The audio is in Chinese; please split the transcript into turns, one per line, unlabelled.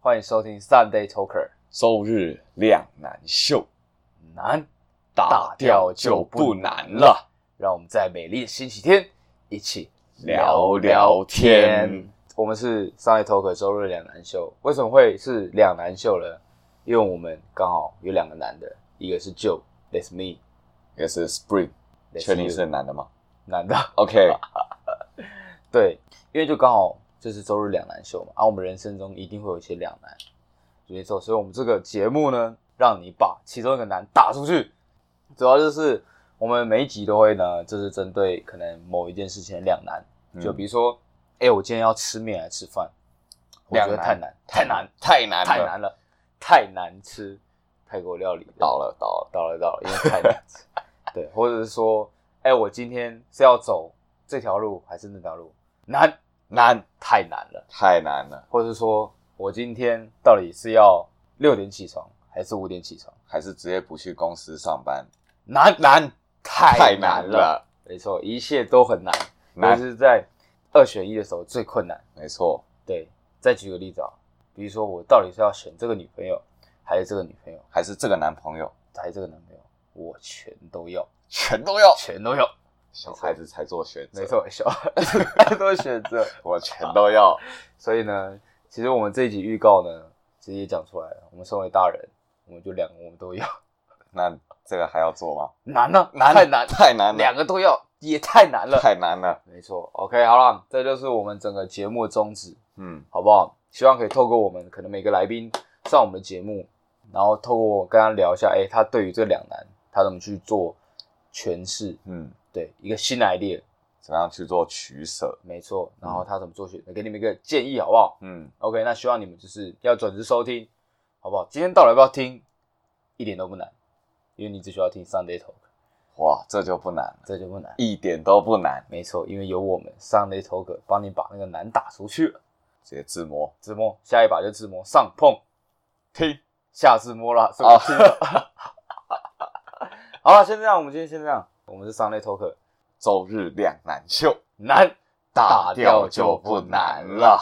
欢迎收听 Sunday Talker，
周日两难秀，
难，
打掉就不难了，
让我们在美丽的星期天一起
聊聊天。
我们是 Sunday Talker 周日两难秀，为什么会是两难秀呢？因为我们刚好有两个男的，一个是 Joe，That's me，
一个是 Spring，
that's
确定
you
是男的吗
男的，
？OK，
啊对，因为就刚好就是周日两难秀嘛，啊，我们人生中一定会有一些两难，没错，所以我们这个节目呢，让你把其中一个难打出去，主要就是我们每一集都会呢，就是针对可能某一件事情的两难，
嗯
就比如说，哎、我今天要吃面还是吃饭，我觉得
两难
太难，太难，
太难
太难了，太难吃泰国料理，
倒了倒了，
到了到了，因为太难 吃。对，或者是说，哎、我今天是要走这条路还是那条路？难
难
太难了。
太难了，
或者是说我今天到底是要六点起床还是五点起床？
还是直接不去公司上班？
难
难
太
太
难
难
了，
了，
没错，一切都很难，尤
难
其是在二选一的时候最困难。
没错，
对，再举个例子啊，比如说我到底是要选这个女朋友，还是这个女朋友，
还是这个男朋友
还是这个男朋友？我全都要，
全都要，
全都要，
小孩子才做选择，
没，错，啊小孩子 太多选择。
我全都要，
所以呢，其实我们这一集预告呢，其实也讲出来了。我们身为大人，我们就两个我们都要，
那这个还要做吗？
难呢、
难
太难，
太难了，
两个都要也太难了。
太难了，
没错，OK，好了，这就是我们整个节目的宗旨，
嗯，
好不好？希望可以透过我们可能每个来宾上我们的节目，然后透过我跟他聊一下，哎、他对于这两难他怎么去做诠释，
嗯，
对一个新 idea，
怎么样去做取舍？
没错，然后他怎么做选择，给你们一个建议，好不好？
嗯，
OK，那希望你们就是要准时收听，好不好？今天到底要不要听，一点都不难，因为你只需要听 Sunday Talk，
哇，这就不难了，
这就不难。
一点都不难，
没错，因为有我们 Sunday Talk 帮你把那个难打出去了。
直接自摸。
自摸，下一把就自摸上碰，
听，
下自摸啦，是不
啊
是？ 好了，先这样，我们今天先这样，我们是 Sunday Talk，
周日两难秀，
难
打掉就不难了。